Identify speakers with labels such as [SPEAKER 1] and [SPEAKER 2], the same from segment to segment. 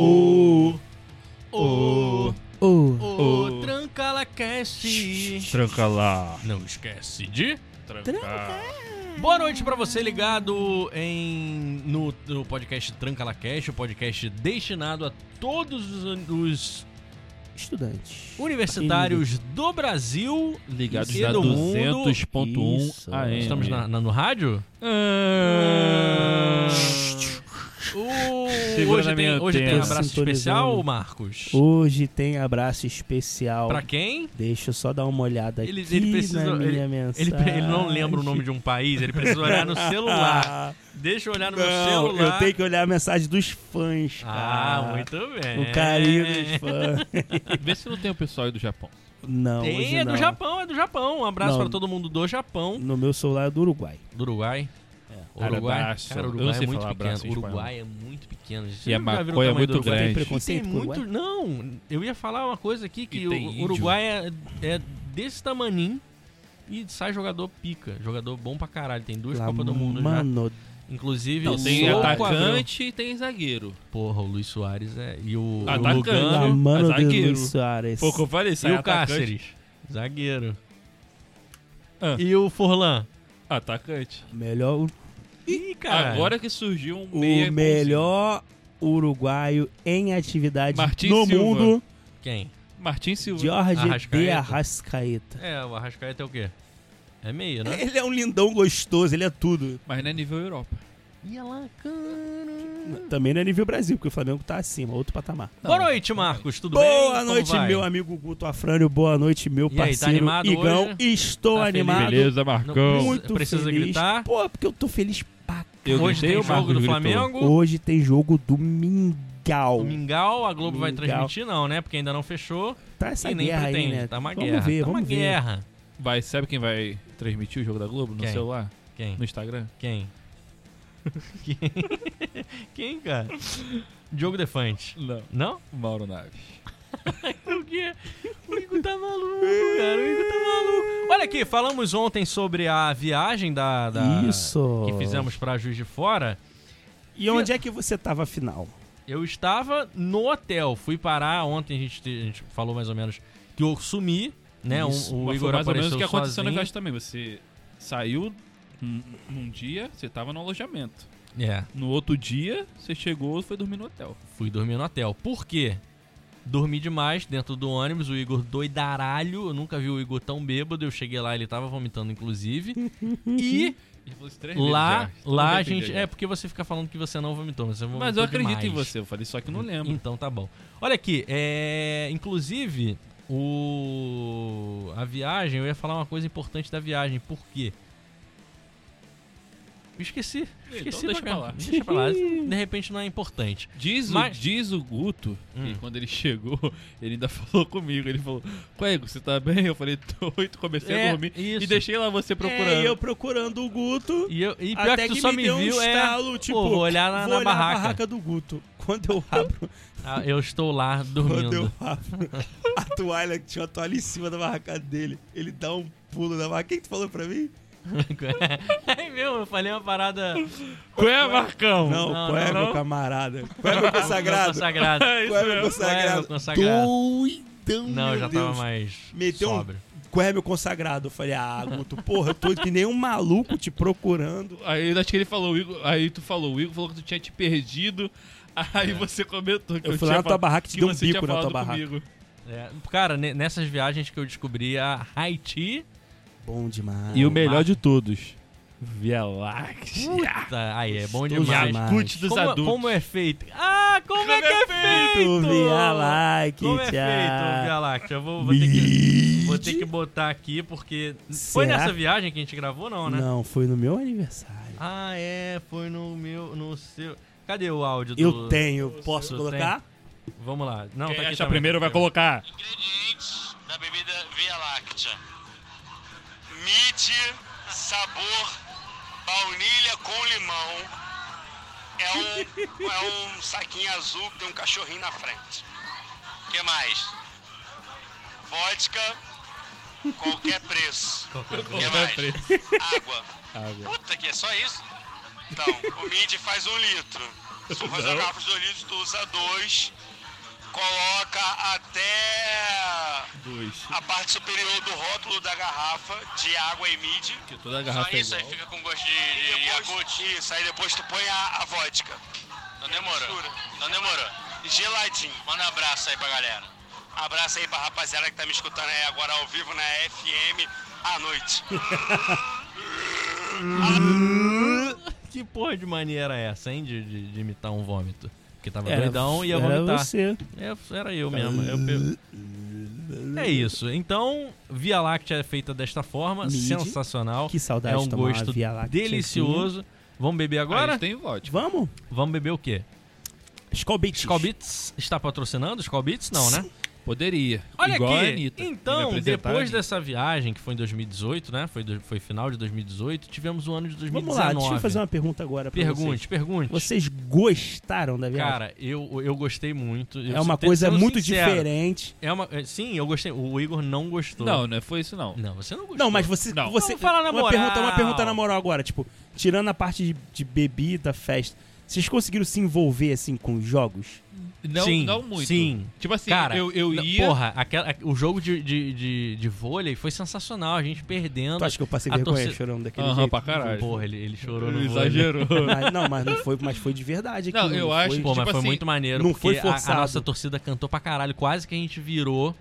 [SPEAKER 1] O. O.
[SPEAKER 2] Oh.
[SPEAKER 1] O. Trancalacast.
[SPEAKER 3] Tranca lá.
[SPEAKER 1] Não esquece de. Boa noite pra você ligado em no, no podcast Trancalacast, o podcast destinado a todos os, os
[SPEAKER 2] Estudante.
[SPEAKER 1] universitários do Brasil
[SPEAKER 3] Ligados
[SPEAKER 1] e
[SPEAKER 3] na
[SPEAKER 1] do mundo.
[SPEAKER 3] 200.1
[SPEAKER 2] Isso.
[SPEAKER 3] AM.
[SPEAKER 1] Estamos na, na- no rádio? O-
[SPEAKER 3] Segura
[SPEAKER 1] hoje
[SPEAKER 3] Ah. na
[SPEAKER 1] tem,
[SPEAKER 3] minha
[SPEAKER 1] hoje tem um
[SPEAKER 3] antena.
[SPEAKER 1] abraço
[SPEAKER 2] Sintonizando.
[SPEAKER 1] especial, Marcos?
[SPEAKER 2] Hoje tem abraço especial.
[SPEAKER 1] Pra quem?
[SPEAKER 2] Deixa eu só dar uma olhada
[SPEAKER 1] Ele-
[SPEAKER 2] aqui
[SPEAKER 1] ele precisa-
[SPEAKER 2] na minha
[SPEAKER 1] ele- Ele,
[SPEAKER 2] mensagem.
[SPEAKER 1] ele não lembra o nome de um país, ele precisa olhar no celular.
[SPEAKER 2] Ah,
[SPEAKER 1] Deixa eu olhar no meu
[SPEAKER 2] não,
[SPEAKER 1] celular.
[SPEAKER 2] eu tenho que olhar a mensagem dos fãs,
[SPEAKER 1] Ah,
[SPEAKER 2] cara.
[SPEAKER 1] muito bem.
[SPEAKER 2] O carinho dos fãs.
[SPEAKER 3] Vê se não tem o pessoal aí do Japão.
[SPEAKER 2] Não, hoje
[SPEAKER 1] Tem, é
[SPEAKER 2] não.
[SPEAKER 1] do Japão, é do Japão. Um abraço
[SPEAKER 2] Não.
[SPEAKER 1] pra todo mundo do Japão. É.
[SPEAKER 2] No meu celular é do Uruguai.
[SPEAKER 1] Do Uruguai.
[SPEAKER 3] Cara,
[SPEAKER 1] Uruguai,
[SPEAKER 3] abraço.
[SPEAKER 1] cara,
[SPEAKER 3] Eu
[SPEAKER 1] Uruguai
[SPEAKER 3] não
[SPEAKER 1] é
[SPEAKER 3] sei
[SPEAKER 1] muito
[SPEAKER 3] falar
[SPEAKER 1] pequeno.
[SPEAKER 3] abraço em espanhol.
[SPEAKER 1] Uruguai é muito pequeno. Você
[SPEAKER 3] E a
[SPEAKER 1] nunca viu o
[SPEAKER 3] maconha
[SPEAKER 1] tamanho
[SPEAKER 3] é
[SPEAKER 1] do
[SPEAKER 3] muito
[SPEAKER 1] Uruguai?
[SPEAKER 2] Tem
[SPEAKER 1] Tem
[SPEAKER 3] grande.
[SPEAKER 2] preconceito com o
[SPEAKER 1] muito.
[SPEAKER 2] Uruguai?
[SPEAKER 1] Não, eu ia falar uma coisa aqui que
[SPEAKER 3] E
[SPEAKER 1] o
[SPEAKER 3] tem
[SPEAKER 1] o
[SPEAKER 3] índio.
[SPEAKER 1] Uruguai é, é desse tamanim e sai jogador pica. Jogador bom pra caralho. Tem duas
[SPEAKER 2] Lá,
[SPEAKER 1] Copas do Mundo já.
[SPEAKER 2] Mano,
[SPEAKER 1] Inclusive,
[SPEAKER 3] Não,
[SPEAKER 1] o
[SPEAKER 3] tem
[SPEAKER 1] Souco Abreu.
[SPEAKER 3] atacante um e tem zagueiro.
[SPEAKER 1] Porra, o Luiz Soares é. E o, o
[SPEAKER 3] Atacante.
[SPEAKER 2] lá,
[SPEAKER 1] Lugano.
[SPEAKER 2] mano de
[SPEAKER 3] zagueiro.
[SPEAKER 2] Luiz Soares.
[SPEAKER 3] Pouco eu falei,
[SPEAKER 1] E
[SPEAKER 3] sai
[SPEAKER 1] o
[SPEAKER 3] atacante.
[SPEAKER 1] Cáceres. Zagueiro.
[SPEAKER 3] Ah.
[SPEAKER 1] E o Forlan.
[SPEAKER 3] Atacante.
[SPEAKER 2] Melhor,
[SPEAKER 1] Ih,
[SPEAKER 3] É.
[SPEAKER 1] cara.
[SPEAKER 3] Agora que surgiu um
[SPEAKER 2] o
[SPEAKER 3] meia
[SPEAKER 2] melhor uruguaio em atividade
[SPEAKER 3] Martim
[SPEAKER 2] no
[SPEAKER 3] Silva.
[SPEAKER 2] mundo,
[SPEAKER 1] Quem?
[SPEAKER 3] bonzinho. Martin Silva.
[SPEAKER 2] Jorge
[SPEAKER 1] Arrascaeta.
[SPEAKER 2] de Arrascaeta.
[SPEAKER 1] É, o Arrascaeta é o quê? É meia, né?
[SPEAKER 2] Ele é um lindão gostoso, ele é tudo.
[SPEAKER 3] Mas não é nível Europa.
[SPEAKER 1] E ela cana.
[SPEAKER 2] Também não é nível Brasil, porque o Flamengo tá acima, outro patamar.
[SPEAKER 1] Boa noite, Marcos. Tudo bem?
[SPEAKER 2] boa
[SPEAKER 1] Como
[SPEAKER 2] noite,
[SPEAKER 1] vai?
[SPEAKER 2] meu amigo Guto Afrânio. Boa noite, meu
[SPEAKER 1] E aí, tá
[SPEAKER 2] parceiro
[SPEAKER 1] animado
[SPEAKER 2] Igão.
[SPEAKER 1] hoje?
[SPEAKER 2] Estou
[SPEAKER 1] Tá feliz?
[SPEAKER 2] animado.
[SPEAKER 3] Beleza,
[SPEAKER 1] Não
[SPEAKER 3] Marcão.
[SPEAKER 1] precisa-
[SPEAKER 2] Muito
[SPEAKER 1] precisa
[SPEAKER 2] feliz.
[SPEAKER 1] gritar?
[SPEAKER 2] Pô, porque eu tô feliz pra
[SPEAKER 3] Eu
[SPEAKER 1] Hoje
[SPEAKER 3] gritei,
[SPEAKER 1] tem
[SPEAKER 3] o
[SPEAKER 1] o jogo
[SPEAKER 3] Marcos
[SPEAKER 1] do
[SPEAKER 3] gritou.
[SPEAKER 1] Flamengo.
[SPEAKER 2] Hoje tem jogo do Mingau.
[SPEAKER 1] O Mingau, a Globo vai
[SPEAKER 2] Mingau.
[SPEAKER 1] transmitir, não, né? Porque ainda não fechou.
[SPEAKER 2] Tá essa
[SPEAKER 1] e nem
[SPEAKER 2] guerra
[SPEAKER 1] pretende.
[SPEAKER 2] aí, né?
[SPEAKER 1] Tá uma
[SPEAKER 2] vamos
[SPEAKER 1] guerra.
[SPEAKER 2] ver,
[SPEAKER 1] tá uma
[SPEAKER 2] vamos ver.
[SPEAKER 1] guerra.
[SPEAKER 3] Vai, sabe quem vai transmitir o jogo da Globo no
[SPEAKER 1] Quem?
[SPEAKER 3] celular?
[SPEAKER 1] Quem?
[SPEAKER 3] No Instagram?
[SPEAKER 1] Quem? Quem? Quem, cara? Diogo Defante.
[SPEAKER 3] Não.
[SPEAKER 1] Não?
[SPEAKER 3] Mauro Naves.
[SPEAKER 1] O quê? O Igor tá maluco, cara. O Igor tá maluco. Olha aqui, falamos ontem sobre a viagem da, da-
[SPEAKER 2] Isso.
[SPEAKER 1] que fizemos pra Juiz de Fora.
[SPEAKER 2] E onde é que você tava afinal?
[SPEAKER 1] Eu estava no hotel, fui parar ontem, a gente, te- a gente falou mais ou menos que eu sumi, né? O-
[SPEAKER 3] Isso,
[SPEAKER 1] o
[SPEAKER 3] mas
[SPEAKER 1] Igor
[SPEAKER 3] foi mais ou menos
[SPEAKER 1] apareceu
[SPEAKER 3] o que aconteceu no
[SPEAKER 1] sozinho.
[SPEAKER 3] negócio também. Você saiu num, num dia, você tava no alojamento.
[SPEAKER 1] É,
[SPEAKER 3] No outro dia, você chegou e foi dormir no hotel.
[SPEAKER 1] fui dormir no hotel. Por quê? Dormi demais dentro do ônibus, o Igor doidaralho, eu nunca vi o Igor tão bêbado, eu cheguei lá, ele tava vomitando inclusive. E
[SPEAKER 3] Ele falou isso três
[SPEAKER 1] lá,
[SPEAKER 3] vezes já. Não
[SPEAKER 1] lá a
[SPEAKER 3] arrependi
[SPEAKER 1] gente,
[SPEAKER 3] já.
[SPEAKER 1] é porque você fica falando que você não vomitou, mas você vomitou
[SPEAKER 3] Mas eu acredito em
[SPEAKER 1] demais.
[SPEAKER 3] você, eu falei só que não lembro.
[SPEAKER 1] Então tá bom. Olha aqui, é... inclusive, o... a viagem, eu ia falar uma coisa importante da viagem, por quê? Me Esqueci, esqueci
[SPEAKER 3] então deixa
[SPEAKER 1] pra cá.
[SPEAKER 3] pra lá.
[SPEAKER 1] Deixa pra lá. De repente não é importante.
[SPEAKER 3] Diz,
[SPEAKER 1] Mas-
[SPEAKER 3] o, diz o Guto
[SPEAKER 1] Hum.
[SPEAKER 3] que quando ele chegou, ele ainda falou comigo. Ele falou: Ué, Igor, você tá bem? Eu falei: Tô, e tu comecei
[SPEAKER 1] É,
[SPEAKER 3] a dormir.
[SPEAKER 1] isso.
[SPEAKER 3] E deixei lá você procurando.
[SPEAKER 2] É, eu procurando o Guto.
[SPEAKER 1] E, eu, e pior
[SPEAKER 2] Até
[SPEAKER 1] que tu
[SPEAKER 2] que,
[SPEAKER 1] só
[SPEAKER 2] me
[SPEAKER 1] me,
[SPEAKER 2] deu um
[SPEAKER 1] viu
[SPEAKER 2] estalo,
[SPEAKER 1] é...
[SPEAKER 2] tipo,
[SPEAKER 1] Pô, vou olhar na,
[SPEAKER 2] vou
[SPEAKER 1] na
[SPEAKER 2] olhar
[SPEAKER 1] barraca.
[SPEAKER 2] na barraca do Guto. Quando eu abro,
[SPEAKER 1] Ah, eu estou lá
[SPEAKER 2] quando
[SPEAKER 1] dormindo.
[SPEAKER 2] eu abro a toalha, que tinha uma toalha em cima da barraca dele, ele dá um pulo na barraca. Quem que tu falou pra mim?
[SPEAKER 1] é meu, eu falei uma parada...
[SPEAKER 3] Qual é, Marcão?
[SPEAKER 2] Não,
[SPEAKER 1] não,
[SPEAKER 2] qual é,
[SPEAKER 1] não.
[SPEAKER 2] meu camarada? Qual é, meu consagrado?
[SPEAKER 1] Sagrado.
[SPEAKER 3] É isso
[SPEAKER 2] Qual é, meu
[SPEAKER 3] mesmo.
[SPEAKER 1] Qual é, meu
[SPEAKER 2] consagrado?
[SPEAKER 1] consagrado?
[SPEAKER 2] Doidão,
[SPEAKER 1] Não, eu
[SPEAKER 2] meu
[SPEAKER 1] já
[SPEAKER 2] Deus.
[SPEAKER 1] tava mais
[SPEAKER 2] Meteu um-
[SPEAKER 1] sóbrio.
[SPEAKER 2] Qual é, meu consagrado? Eu falei, ah, Guto, porra, eu tô que nem um maluco te procurando.
[SPEAKER 3] Aí eu acho que ele falou, o Igor, aí tu falou, o Igor falou que tu tinha te perdido. Aí você comentou que
[SPEAKER 2] Eu
[SPEAKER 3] eu
[SPEAKER 2] fui lá
[SPEAKER 3] tinha
[SPEAKER 2] na tua
[SPEAKER 3] falado-
[SPEAKER 2] barraca e te
[SPEAKER 3] que
[SPEAKER 2] dei um
[SPEAKER 3] você tinha
[SPEAKER 2] bico na tua
[SPEAKER 3] falado
[SPEAKER 2] barraca.
[SPEAKER 3] comigo.
[SPEAKER 1] É, cara, ne- nessas viagens que eu descobri a Haiti,
[SPEAKER 2] Bom demais.
[SPEAKER 3] E o
[SPEAKER 1] me- melhor
[SPEAKER 3] melhor
[SPEAKER 1] de
[SPEAKER 3] de todos, Via Láctea.
[SPEAKER 2] Ah,
[SPEAKER 1] tá, aí é bom
[SPEAKER 2] Gostoso
[SPEAKER 1] demais.
[SPEAKER 2] demais.
[SPEAKER 3] Yakult dos
[SPEAKER 1] Como, é-
[SPEAKER 3] adultos.
[SPEAKER 1] como é feito? Ah, como, é que é feito?
[SPEAKER 2] Tu via lá que
[SPEAKER 1] Como é feito, Via Láctea? Eu vou, vou ter que, vou ter que botar aqui, porque... Foi
[SPEAKER 2] Será?
[SPEAKER 1] nessa viagem que a gente gravou, não, né?
[SPEAKER 2] Não, foi no meu aniversário.
[SPEAKER 1] Ah, é, foi no meu, no seu... Cadê o áudio do...
[SPEAKER 2] Eu tenho, posso
[SPEAKER 1] tu
[SPEAKER 2] colocar?
[SPEAKER 1] Vamos lá. Não,
[SPEAKER 3] Quem
[SPEAKER 1] tá aqui
[SPEAKER 3] achar
[SPEAKER 1] também.
[SPEAKER 3] primeiro vai colocar.
[SPEAKER 4] ingredientes da bebida Via Láctea: midi, sabor, baunilha com limão. É um, é um saquinho azul que tem um cachorrinho na frente. O que mais? Vodka, qualquer preço. O
[SPEAKER 1] é
[SPEAKER 4] que mais? Água.
[SPEAKER 3] Água.
[SPEAKER 4] Puta que é só isso? Então, o midi faz um litro. surra as garrafas de Doritos, tu usa dois, coloca até
[SPEAKER 3] Dois.
[SPEAKER 4] a parte superior do rótulo da garrafa de água emite.
[SPEAKER 3] Porque toda a
[SPEAKER 5] Só
[SPEAKER 3] garrafa é
[SPEAKER 5] isso aí
[SPEAKER 3] igual.
[SPEAKER 5] fica com gosto de, de
[SPEAKER 4] Depois-
[SPEAKER 5] iogurte.
[SPEAKER 4] Isso, aí depois tu põe a, a vodka.
[SPEAKER 5] Não demorou.
[SPEAKER 4] Mistura.
[SPEAKER 5] Não demorou.
[SPEAKER 4] Geladinho.
[SPEAKER 5] Manda um abraço aí pra galera.
[SPEAKER 4] Abraço aí pra rapaziada que tá me escutando aí agora ao vivo na FM à noite.
[SPEAKER 1] Que porra de mania era essa, hein? De, de- de imitar um vômito. Porque tava
[SPEAKER 2] Era-
[SPEAKER 1] doidão e ia
[SPEAKER 2] era
[SPEAKER 1] vomitar.
[SPEAKER 2] você.
[SPEAKER 1] É, era
[SPEAKER 2] Tá
[SPEAKER 1] eu mesmo. eu pe-
[SPEAKER 3] Ah,
[SPEAKER 1] É isso. Então, Via Láctea é feita desta forma.
[SPEAKER 2] Mídia.
[SPEAKER 1] Sensacional.
[SPEAKER 2] Que saudade
[SPEAKER 1] É um
[SPEAKER 2] de tomar uma
[SPEAKER 1] gosto
[SPEAKER 2] Via Láctea
[SPEAKER 1] delicioso. Vamos beber agora?
[SPEAKER 3] Aí tem vodka.
[SPEAKER 2] Vamos?
[SPEAKER 1] Vamos beber o quê?
[SPEAKER 2] Skull Beats.
[SPEAKER 1] Skull Beats está patrocinando? Skull Beats não, né?
[SPEAKER 3] Poderia.
[SPEAKER 1] Olha
[SPEAKER 3] Igual
[SPEAKER 1] aqui.
[SPEAKER 3] a Anitta. Me
[SPEAKER 1] Então,
[SPEAKER 3] apresentaram
[SPEAKER 1] depois
[SPEAKER 3] a Anitta.
[SPEAKER 1] dessa viagem, que foi em 2018, né? Foi, do- foi final de 2018, tivemos o ano de 2019.
[SPEAKER 2] Vamos lá, deixa eu fazer uma pergunta agora pra vocês.
[SPEAKER 1] Pergunte, pergunte.
[SPEAKER 2] Vocês gostaram da viagem?
[SPEAKER 1] Cara, eu, eu gostei muito. Eu
[SPEAKER 2] é uma
[SPEAKER 1] sou-
[SPEAKER 2] coisa
[SPEAKER 1] sendo
[SPEAKER 2] muito
[SPEAKER 1] sincero,
[SPEAKER 2] diferente.
[SPEAKER 1] É uma, é, sim, eu gostei. O Igor não gostou.
[SPEAKER 3] Não, não foi isso não.
[SPEAKER 1] Não, você não gostou.
[SPEAKER 2] Não, mas você.
[SPEAKER 3] Não.
[SPEAKER 2] você
[SPEAKER 1] Vamos falar na
[SPEAKER 2] uma
[SPEAKER 1] moral.
[SPEAKER 2] pergunta, uma pergunta na moral agora, tipo, tirando a parte de, de bebida, festa, vocês conseguiram se envolver assim com os jogos?
[SPEAKER 3] Não,
[SPEAKER 1] Sim,
[SPEAKER 3] não muito.
[SPEAKER 1] sim.
[SPEAKER 3] Tipo assim,
[SPEAKER 1] Cara,
[SPEAKER 3] eu, eu
[SPEAKER 1] na-
[SPEAKER 3] ia.
[SPEAKER 1] Porra, aquela- a- o jogo de, de, de, de vôlei foi sensacional. A gente perdendo.
[SPEAKER 2] Tu acha que eu passei
[SPEAKER 1] a
[SPEAKER 2] vergonha
[SPEAKER 1] torcida-
[SPEAKER 2] Tá chorando daquele
[SPEAKER 3] Aham,
[SPEAKER 2] jeito?
[SPEAKER 3] pra caralho.
[SPEAKER 1] Porra, ele, ele chorou no
[SPEAKER 3] Ele
[SPEAKER 1] vôlei. né?
[SPEAKER 3] exagerou.
[SPEAKER 2] Mas, não, mas não foi, mas foi de verdade
[SPEAKER 3] Não,
[SPEAKER 2] aquilo,
[SPEAKER 3] eu acho
[SPEAKER 2] foi?
[SPEAKER 1] Pô, mas
[SPEAKER 3] Tipo
[SPEAKER 1] foi
[SPEAKER 3] assim,
[SPEAKER 1] muito maneiro.
[SPEAKER 2] não
[SPEAKER 1] porque
[SPEAKER 2] foi
[SPEAKER 1] a- A,
[SPEAKER 2] forçado.
[SPEAKER 1] nossa torcida cantou pra caralho. Quase que a gente virou.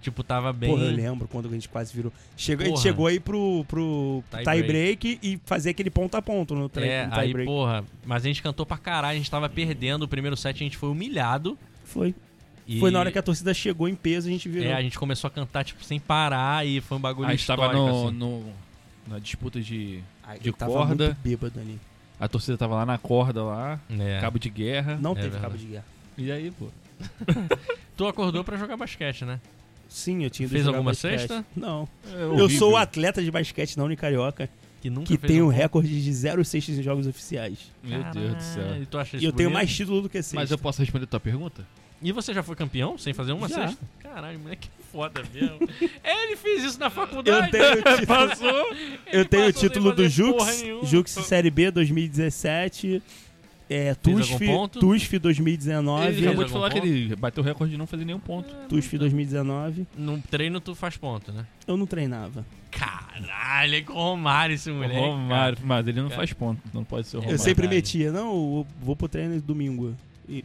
[SPEAKER 1] Tipo, tava bem.
[SPEAKER 2] Porra, eu lembro quando a gente quase virou. Chegou, a gente
[SPEAKER 1] Porra.
[SPEAKER 2] chegou aí pro, pro
[SPEAKER 1] Tie
[SPEAKER 2] tie, break e fazer aquele ponto a ponto no, tre-
[SPEAKER 1] é,
[SPEAKER 2] no tie
[SPEAKER 1] aí,
[SPEAKER 2] break.
[SPEAKER 1] porra. Mas a gente cantou pra caralho. A gente tava perdendo. O primeiro set a gente foi humilhado.
[SPEAKER 2] Foi.
[SPEAKER 1] E
[SPEAKER 2] Foi na hora que a torcida chegou em peso, a gente virou.
[SPEAKER 1] É, a gente começou a cantar, tipo, sem parar. E foi um bagulho
[SPEAKER 3] Aí
[SPEAKER 1] histórico,
[SPEAKER 3] estava no,
[SPEAKER 1] assim.
[SPEAKER 3] no- na disputa de.
[SPEAKER 2] Aí
[SPEAKER 3] de
[SPEAKER 2] eu tava
[SPEAKER 3] corda.
[SPEAKER 2] muito bêbado ali.
[SPEAKER 3] A torcida tava lá na corda lá,
[SPEAKER 1] É.
[SPEAKER 3] cabo de guerra.
[SPEAKER 2] Não
[SPEAKER 1] É
[SPEAKER 2] teve
[SPEAKER 1] verdade.
[SPEAKER 2] cabo de guerra.
[SPEAKER 3] E aí, pô.
[SPEAKER 1] Tu acordou pra jogar basquete, né?
[SPEAKER 2] Sim, eu tinha ido
[SPEAKER 1] Fez
[SPEAKER 2] jogar
[SPEAKER 1] alguma
[SPEAKER 2] basquete.
[SPEAKER 1] cesta?
[SPEAKER 2] Não. Eu
[SPEAKER 3] É
[SPEAKER 2] sou o atleta de basquete na Unicarioca
[SPEAKER 1] Que nunca
[SPEAKER 2] que
[SPEAKER 1] fez
[SPEAKER 2] tem um
[SPEAKER 1] ponto.
[SPEAKER 2] recorde de zero cestas em jogos oficiais.
[SPEAKER 3] Meu Deus do
[SPEAKER 1] Caralho,
[SPEAKER 3] céu.
[SPEAKER 1] E tu acha
[SPEAKER 2] E
[SPEAKER 1] isso
[SPEAKER 2] eu tenho
[SPEAKER 1] bonito?
[SPEAKER 2] mais título do que sexta.
[SPEAKER 3] Mas eu posso responder a tua pergunta?
[SPEAKER 1] E você já foi campeão sem fazer uma
[SPEAKER 2] Já.
[SPEAKER 1] cesta? Caralho, moleque é foda mesmo. É, Ele fez isso na faculdade.
[SPEAKER 2] Eu tenho o título,
[SPEAKER 1] Passou.
[SPEAKER 2] eu
[SPEAKER 1] Ele
[SPEAKER 2] tenho o
[SPEAKER 1] passou sem
[SPEAKER 2] título do
[SPEAKER 1] fazer
[SPEAKER 2] Jux,
[SPEAKER 1] porra nenhuma.
[SPEAKER 2] Jux Série B 2017, é,
[SPEAKER 1] Fez algum
[SPEAKER 2] TUSF,
[SPEAKER 1] ponto?
[SPEAKER 2] TUSF
[SPEAKER 3] Ele
[SPEAKER 2] 2019,
[SPEAKER 3] acabou de
[SPEAKER 1] algum
[SPEAKER 3] falar que
[SPEAKER 1] ponto?
[SPEAKER 3] ele bateu o recorde e não fez nenhum
[SPEAKER 1] é
[SPEAKER 3] ponto.
[SPEAKER 2] TUSF 2019,
[SPEAKER 1] No treino tu faz ponto, né?
[SPEAKER 2] eu não treinava.
[SPEAKER 1] Caralho, é com o Romário esse moleque. cara.
[SPEAKER 3] Romário, mas ele não
[SPEAKER 1] Cara.
[SPEAKER 3] faz ponto, não pode ser o
[SPEAKER 2] eu
[SPEAKER 3] Romário.
[SPEAKER 2] sempre
[SPEAKER 1] É verdade.
[SPEAKER 2] metia, não, eu vou pro treino domingo. E,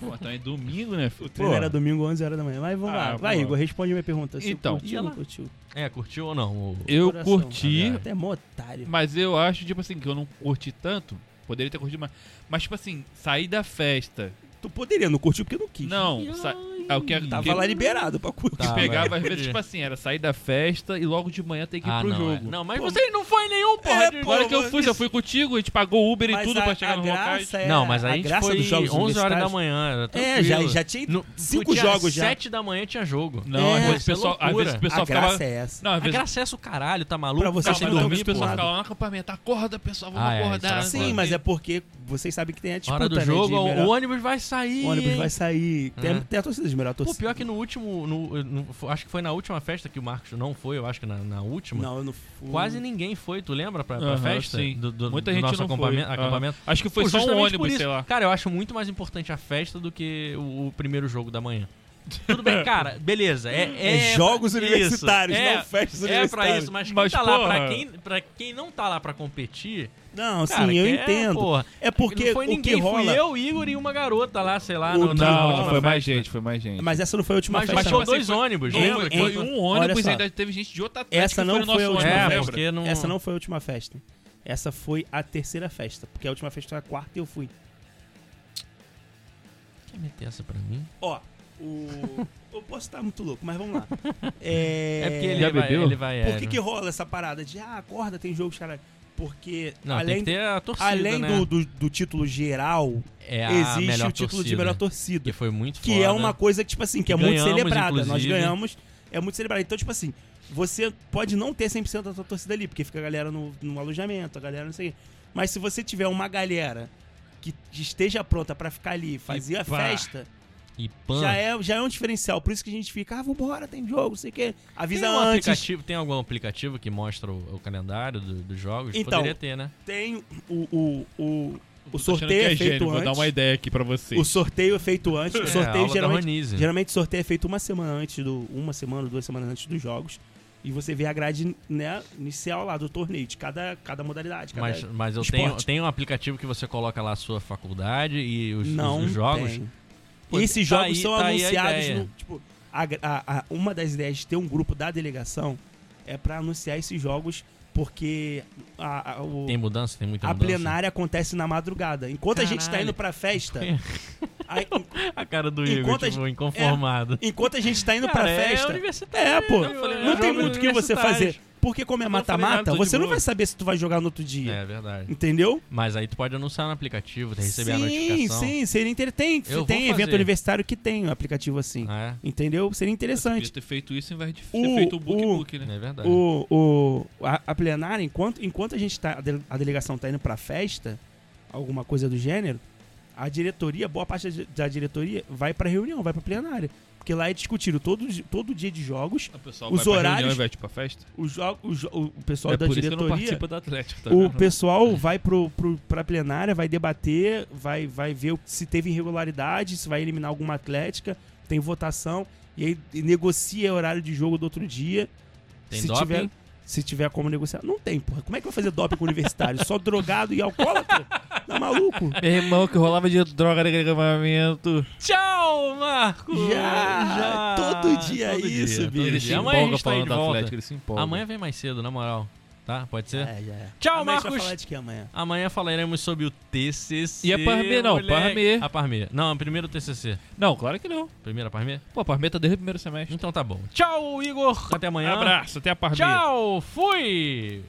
[SPEAKER 3] Pô, então é domingo, né?
[SPEAKER 2] o treino era domingo, 11 horas da manhã. Mas vamos
[SPEAKER 3] Ah,
[SPEAKER 2] lá, vai
[SPEAKER 3] pô.
[SPEAKER 2] Igor, responde minha pergunta. Se
[SPEAKER 3] Então.
[SPEAKER 2] curtiu
[SPEAKER 1] Ia
[SPEAKER 2] ou não
[SPEAKER 1] lá.
[SPEAKER 2] curtiu?
[SPEAKER 1] É, curtiu ou não? o-
[SPEAKER 3] Eu
[SPEAKER 2] Coração, tá
[SPEAKER 3] curti,
[SPEAKER 2] Até é mó otário.
[SPEAKER 3] mas eu acho, tipo assim, que eu não curti tanto. Poderia ter curtido mais. Mas, tipo assim, sair da festa.
[SPEAKER 2] Tu poderia, não curtiu porque não quis.
[SPEAKER 3] Não, sa... é o que o
[SPEAKER 2] Tava
[SPEAKER 3] que-
[SPEAKER 2] lá liberado pra curtir.
[SPEAKER 1] Tá,
[SPEAKER 3] pegava
[SPEAKER 1] vai.
[SPEAKER 3] às vezes, tipo assim, era sair da festa e logo de manhã tem que ir
[SPEAKER 1] Ah,
[SPEAKER 3] pro
[SPEAKER 1] não,
[SPEAKER 3] jogo.
[SPEAKER 1] é. Não, mas você não foi nenhum, porra.
[SPEAKER 2] É,
[SPEAKER 1] de-
[SPEAKER 2] pô,
[SPEAKER 3] Claro que eu
[SPEAKER 2] mas
[SPEAKER 3] fui, eu fui contigo, a gente pagou Uber e
[SPEAKER 2] Mas
[SPEAKER 3] tudo
[SPEAKER 2] a-
[SPEAKER 3] pra chegar
[SPEAKER 2] a
[SPEAKER 3] nos
[SPEAKER 2] graça
[SPEAKER 3] locais.
[SPEAKER 2] é-
[SPEAKER 1] Não, mas a,
[SPEAKER 2] a
[SPEAKER 1] gente
[SPEAKER 2] graça
[SPEAKER 1] foi
[SPEAKER 2] dos jogos
[SPEAKER 1] 11 horas da
[SPEAKER 2] universitários-
[SPEAKER 1] manhã. era
[SPEAKER 2] É, já,
[SPEAKER 1] tranquilo.
[SPEAKER 2] já tinha
[SPEAKER 1] No-
[SPEAKER 2] cinco
[SPEAKER 1] dia
[SPEAKER 2] jogos já.
[SPEAKER 1] 7 da manhã tinha jogo.
[SPEAKER 3] Não, às
[SPEAKER 2] É.
[SPEAKER 3] vezes o pessoal, às vezes
[SPEAKER 1] Loucura.
[SPEAKER 3] o pessoal
[SPEAKER 2] a graça
[SPEAKER 3] ficava.
[SPEAKER 2] é essa.
[SPEAKER 3] Não, às
[SPEAKER 1] A
[SPEAKER 3] vezes
[SPEAKER 1] graça é essa, o caralho, tá maluco?
[SPEAKER 2] Pra você
[SPEAKER 1] Cara,
[SPEAKER 2] ser
[SPEAKER 3] Tava
[SPEAKER 2] não
[SPEAKER 3] dormindo,
[SPEAKER 2] tem
[SPEAKER 3] o pessoal
[SPEAKER 2] empurrado.
[SPEAKER 3] ficava lá no acampamento. Acorda, pessoal, vamos
[SPEAKER 1] Ah, é,
[SPEAKER 3] acordar. né?
[SPEAKER 1] será que
[SPEAKER 2] Sim, mas é porque vocês sabem que tem a disputa,
[SPEAKER 1] Hora do
[SPEAKER 2] né, de
[SPEAKER 1] jogo, o-
[SPEAKER 2] melhor-
[SPEAKER 1] o ônibus vai sair.
[SPEAKER 2] o ônibus
[SPEAKER 1] hein?
[SPEAKER 2] vai sair. Tem,
[SPEAKER 1] É.
[SPEAKER 2] tem a torcida de melhor
[SPEAKER 1] Pô,
[SPEAKER 2] torcida.
[SPEAKER 1] pior que no último. no- no- fo- acho que foi na última festa que o Marcos não foi, eu acho que na, na última.
[SPEAKER 2] Não, eu não fui.
[SPEAKER 1] Quase ninguém foi, tu lembra pra, pra
[SPEAKER 3] Aham,
[SPEAKER 1] festa?
[SPEAKER 3] sim.
[SPEAKER 1] Do, do-
[SPEAKER 3] Muita
[SPEAKER 1] do
[SPEAKER 3] gente
[SPEAKER 1] nosso
[SPEAKER 3] não foi.
[SPEAKER 1] acampamento?
[SPEAKER 3] Aham.
[SPEAKER 1] acampamento?
[SPEAKER 3] Acho que foi
[SPEAKER 1] Pô,
[SPEAKER 3] só um
[SPEAKER 1] justamente por
[SPEAKER 3] ônibus,
[SPEAKER 1] isso.
[SPEAKER 3] sei lá.
[SPEAKER 1] Cara, eu acho muito mais importante a festa do que o, o primeiro jogo da manhã. Tudo bem, cara, beleza. É, é-
[SPEAKER 2] É jogos
[SPEAKER 1] isso,
[SPEAKER 2] universitários,
[SPEAKER 1] é,
[SPEAKER 2] não festas
[SPEAKER 1] É pra
[SPEAKER 2] universitárias.
[SPEAKER 1] isso, mas,
[SPEAKER 3] Mas,
[SPEAKER 1] quem tá lá, pra,
[SPEAKER 3] porra.
[SPEAKER 1] quem, pra quem não tá lá pra competir,
[SPEAKER 2] Não, sim,
[SPEAKER 1] cara,
[SPEAKER 2] eu
[SPEAKER 1] que é,
[SPEAKER 2] entendo.
[SPEAKER 1] porra.
[SPEAKER 2] É porque
[SPEAKER 1] não foi
[SPEAKER 2] o
[SPEAKER 1] ninguém,
[SPEAKER 2] que rola...
[SPEAKER 1] fui eu, Igor e uma garota lá, sei lá,
[SPEAKER 2] O
[SPEAKER 1] no,
[SPEAKER 2] que
[SPEAKER 1] na
[SPEAKER 3] Não,
[SPEAKER 1] última
[SPEAKER 3] foi mais
[SPEAKER 1] festa.
[SPEAKER 3] gente, foi mais gente.
[SPEAKER 2] Mas essa não foi a última
[SPEAKER 1] Mas
[SPEAKER 2] festa.
[SPEAKER 1] baixou
[SPEAKER 2] não.
[SPEAKER 1] dois ônibus,
[SPEAKER 3] Não,
[SPEAKER 1] lembra?
[SPEAKER 3] foi, foi
[SPEAKER 2] Entra-
[SPEAKER 3] um
[SPEAKER 2] olha
[SPEAKER 3] ônibus e
[SPEAKER 2] só.
[SPEAKER 3] ainda teve gente de outra Atlético
[SPEAKER 2] Essa
[SPEAKER 3] que
[SPEAKER 2] não
[SPEAKER 3] foi, no
[SPEAKER 2] foi a
[SPEAKER 3] nosso
[SPEAKER 2] última
[SPEAKER 3] ônibus,
[SPEAKER 1] É,
[SPEAKER 2] festa.
[SPEAKER 3] lembra?
[SPEAKER 1] porque não.
[SPEAKER 2] Essa não foi a última festa. Essa foi a terceira festa. Porque a última festa foi a quarta e eu fui.
[SPEAKER 1] Quer meter essa pra mim?
[SPEAKER 2] Ó, o... eu posso estar muito louco, mas vamos lá. É,
[SPEAKER 1] É, porque ele,
[SPEAKER 3] Já
[SPEAKER 1] vai,
[SPEAKER 3] bebeu?
[SPEAKER 1] ele vai. é,
[SPEAKER 2] Por que,
[SPEAKER 1] né?
[SPEAKER 2] que rola essa parada de, ah, acorda, tem jogos, caralho? Porque
[SPEAKER 1] Não, tem
[SPEAKER 2] além,
[SPEAKER 1] que ter a torcida.
[SPEAKER 2] além
[SPEAKER 1] né?
[SPEAKER 2] do, do, do título geral,
[SPEAKER 1] É a
[SPEAKER 2] existe
[SPEAKER 1] melhor
[SPEAKER 2] o título de
[SPEAKER 1] torcida, né?
[SPEAKER 2] melhor
[SPEAKER 1] Que
[SPEAKER 2] torcida.
[SPEAKER 1] foi muito
[SPEAKER 2] Que
[SPEAKER 1] foda.
[SPEAKER 2] é uma coisa que, tipo assim, que é muito
[SPEAKER 1] Ganhamos,
[SPEAKER 2] celebrada. Nós
[SPEAKER 1] inclusive.
[SPEAKER 2] ganhamos, é muito celebrada. Então, tipo assim, você pode não ter 100% da sua torcida ali, porque fica a galera no, no alojamento, a galera não sei o quê. Mas se você tiver uma galera que esteja pronta pra ficar ali, fazer a
[SPEAKER 1] pá.
[SPEAKER 2] festa,
[SPEAKER 1] E pan.
[SPEAKER 2] já, é, já é um diferencial. Por isso que a gente fica, ah, vambora, tem jogo, não sei o quê. Avisa
[SPEAKER 1] Tem, um
[SPEAKER 2] antes.
[SPEAKER 1] aplicativo, tem algum aplicativo que mostra o, o calendário do- dos jogos?
[SPEAKER 2] Então,
[SPEAKER 1] Poderia ter, né?
[SPEAKER 2] Tem o, o, o,
[SPEAKER 3] O
[SPEAKER 2] O
[SPEAKER 3] Tô achando
[SPEAKER 2] sorteio
[SPEAKER 3] que
[SPEAKER 2] é feito
[SPEAKER 3] gênio, Vou dar uma
[SPEAKER 2] antes.
[SPEAKER 3] ideia aqui pra você.
[SPEAKER 2] O sorteio é feito antes.
[SPEAKER 1] É,
[SPEAKER 2] O
[SPEAKER 1] a
[SPEAKER 2] sorteio
[SPEAKER 1] aula da
[SPEAKER 2] geralmente,
[SPEAKER 1] Ranise.
[SPEAKER 2] geralmente o sorteio é feito uma semana antes do uma semana, duas semanas antes dos jogos. E você vê a grade né, inicial lá do torneio, de cada, cada modalidade. Cada
[SPEAKER 1] Mas, mas eu
[SPEAKER 2] esporte.
[SPEAKER 1] tenho, tenho um aplicativo que você coloca lá a sua faculdade e os, os-
[SPEAKER 2] não
[SPEAKER 1] os jogos.
[SPEAKER 2] tem.
[SPEAKER 1] Pô,
[SPEAKER 2] Esses
[SPEAKER 1] tá
[SPEAKER 2] jogos
[SPEAKER 1] aí-
[SPEAKER 2] são
[SPEAKER 1] tá aí a
[SPEAKER 2] anunciados
[SPEAKER 1] ideia.
[SPEAKER 2] no. Tipo, a gra- a- a- uma das ideias de ter um grupo da delegação é pra anunciar esses jogos, porque a, a- o-
[SPEAKER 1] Tem mudança? Tem muita
[SPEAKER 2] a
[SPEAKER 1] mudança?
[SPEAKER 2] plenária acontece na madrugada. Enquanto a gente tá
[SPEAKER 1] Caralho.
[SPEAKER 2] indo pra festa. aí-
[SPEAKER 1] A cara do Igor,
[SPEAKER 2] Enquanto a
[SPEAKER 1] tipo,
[SPEAKER 2] gente-
[SPEAKER 1] inconformado.
[SPEAKER 2] enquanto a gente tá indo
[SPEAKER 1] Cara,
[SPEAKER 2] pra festa.
[SPEAKER 1] É universitário.
[SPEAKER 2] É, pô.
[SPEAKER 1] Eu falei,
[SPEAKER 2] não
[SPEAKER 1] é
[SPEAKER 2] tem
[SPEAKER 1] jogos
[SPEAKER 2] muito o que você
[SPEAKER 1] universitários.
[SPEAKER 2] fazer. Porque como é
[SPEAKER 3] Não, eu falei nada,
[SPEAKER 2] mata-mata,
[SPEAKER 3] tô de
[SPEAKER 2] você não
[SPEAKER 3] boa.
[SPEAKER 2] vai saber se tu vai jogar no outro dia.
[SPEAKER 1] É verdade.
[SPEAKER 2] Entendeu?
[SPEAKER 1] Mas aí tu pode anunciar no aplicativo, tem receber a
[SPEAKER 2] sim,
[SPEAKER 1] notificação.
[SPEAKER 2] sim. Seria inter... Tem,
[SPEAKER 1] Eu vou
[SPEAKER 2] tem evento
[SPEAKER 1] fazer.
[SPEAKER 2] universitário que tem um aplicativo assim.
[SPEAKER 1] Ah,
[SPEAKER 2] Entendeu? Seria
[SPEAKER 3] Podia
[SPEAKER 2] interessante.
[SPEAKER 3] ter feito isso em vez de ter
[SPEAKER 2] O-
[SPEAKER 3] feito o book
[SPEAKER 2] o-
[SPEAKER 3] book,
[SPEAKER 1] é,
[SPEAKER 3] né?
[SPEAKER 1] é verdade.
[SPEAKER 2] O, o, a, a plenária, enquanto, enquanto a gente tá. A, dele- a delegação tá indo pra festa, alguma coisa do gênero, a diretoria, boa parte da, di- da diretoria, vai pra reunião, vai pra plenária. Porque lá é discutido todo, di- todo dia de jogos,
[SPEAKER 3] O pessoal
[SPEAKER 2] Os
[SPEAKER 3] vai pra
[SPEAKER 2] horários-
[SPEAKER 3] reunião e vai tipo pra festa.
[SPEAKER 2] o, jo o, jo- o pessoal
[SPEAKER 3] é
[SPEAKER 2] da
[SPEAKER 3] por isso que eu não
[SPEAKER 2] diretoria.
[SPEAKER 3] participo da Atlético, tá
[SPEAKER 2] O
[SPEAKER 3] vendo?
[SPEAKER 2] pessoal vai pro, pro, pra plenária, vai debater, vai, vai ver o- se teve irregularidade, se vai eliminar alguma atlética, tem votação, e aí e negocia o horário de jogo do outro dia.
[SPEAKER 1] Tem
[SPEAKER 2] se
[SPEAKER 1] doping?
[SPEAKER 2] tiver Se tiver como negociar. Não tem, porra. Como é que vai fazer doping com universitário? Só drogado e alcoólatra? Tá maluco?
[SPEAKER 3] Meu irmão que rolava de droga naquele acampamento.
[SPEAKER 1] Tchau, Marco!
[SPEAKER 2] Já, todo dia isso, bicho.
[SPEAKER 1] todo
[SPEAKER 3] Ele
[SPEAKER 2] Ele
[SPEAKER 3] se
[SPEAKER 1] dia. Amanhã a
[SPEAKER 3] empolga
[SPEAKER 1] gente tá aí
[SPEAKER 3] falando
[SPEAKER 1] de
[SPEAKER 3] do
[SPEAKER 1] volta.
[SPEAKER 3] Atlético, ele se empolga.
[SPEAKER 1] Amanhã vem mais cedo, na moral. Tá? Pode ser?
[SPEAKER 2] já é.
[SPEAKER 1] Tchau,
[SPEAKER 2] amanhã a gente vai
[SPEAKER 1] Marcos.
[SPEAKER 2] falar de que amanhã?
[SPEAKER 1] Amanhã falaremos sobre o TCC.
[SPEAKER 3] E a Parmê, não,
[SPEAKER 1] moleque.
[SPEAKER 3] Parmê.
[SPEAKER 1] A Parmê. Não, primeiro o TCC.
[SPEAKER 3] Não, claro que não.
[SPEAKER 1] Primeira Parmê?
[SPEAKER 3] Pô, a Parmeta desde o primeiro semestre.
[SPEAKER 1] Então tá bom. Tchau, Igor. Até amanhã.
[SPEAKER 3] Abraço, até a Parmeta.
[SPEAKER 1] Tchau, fui!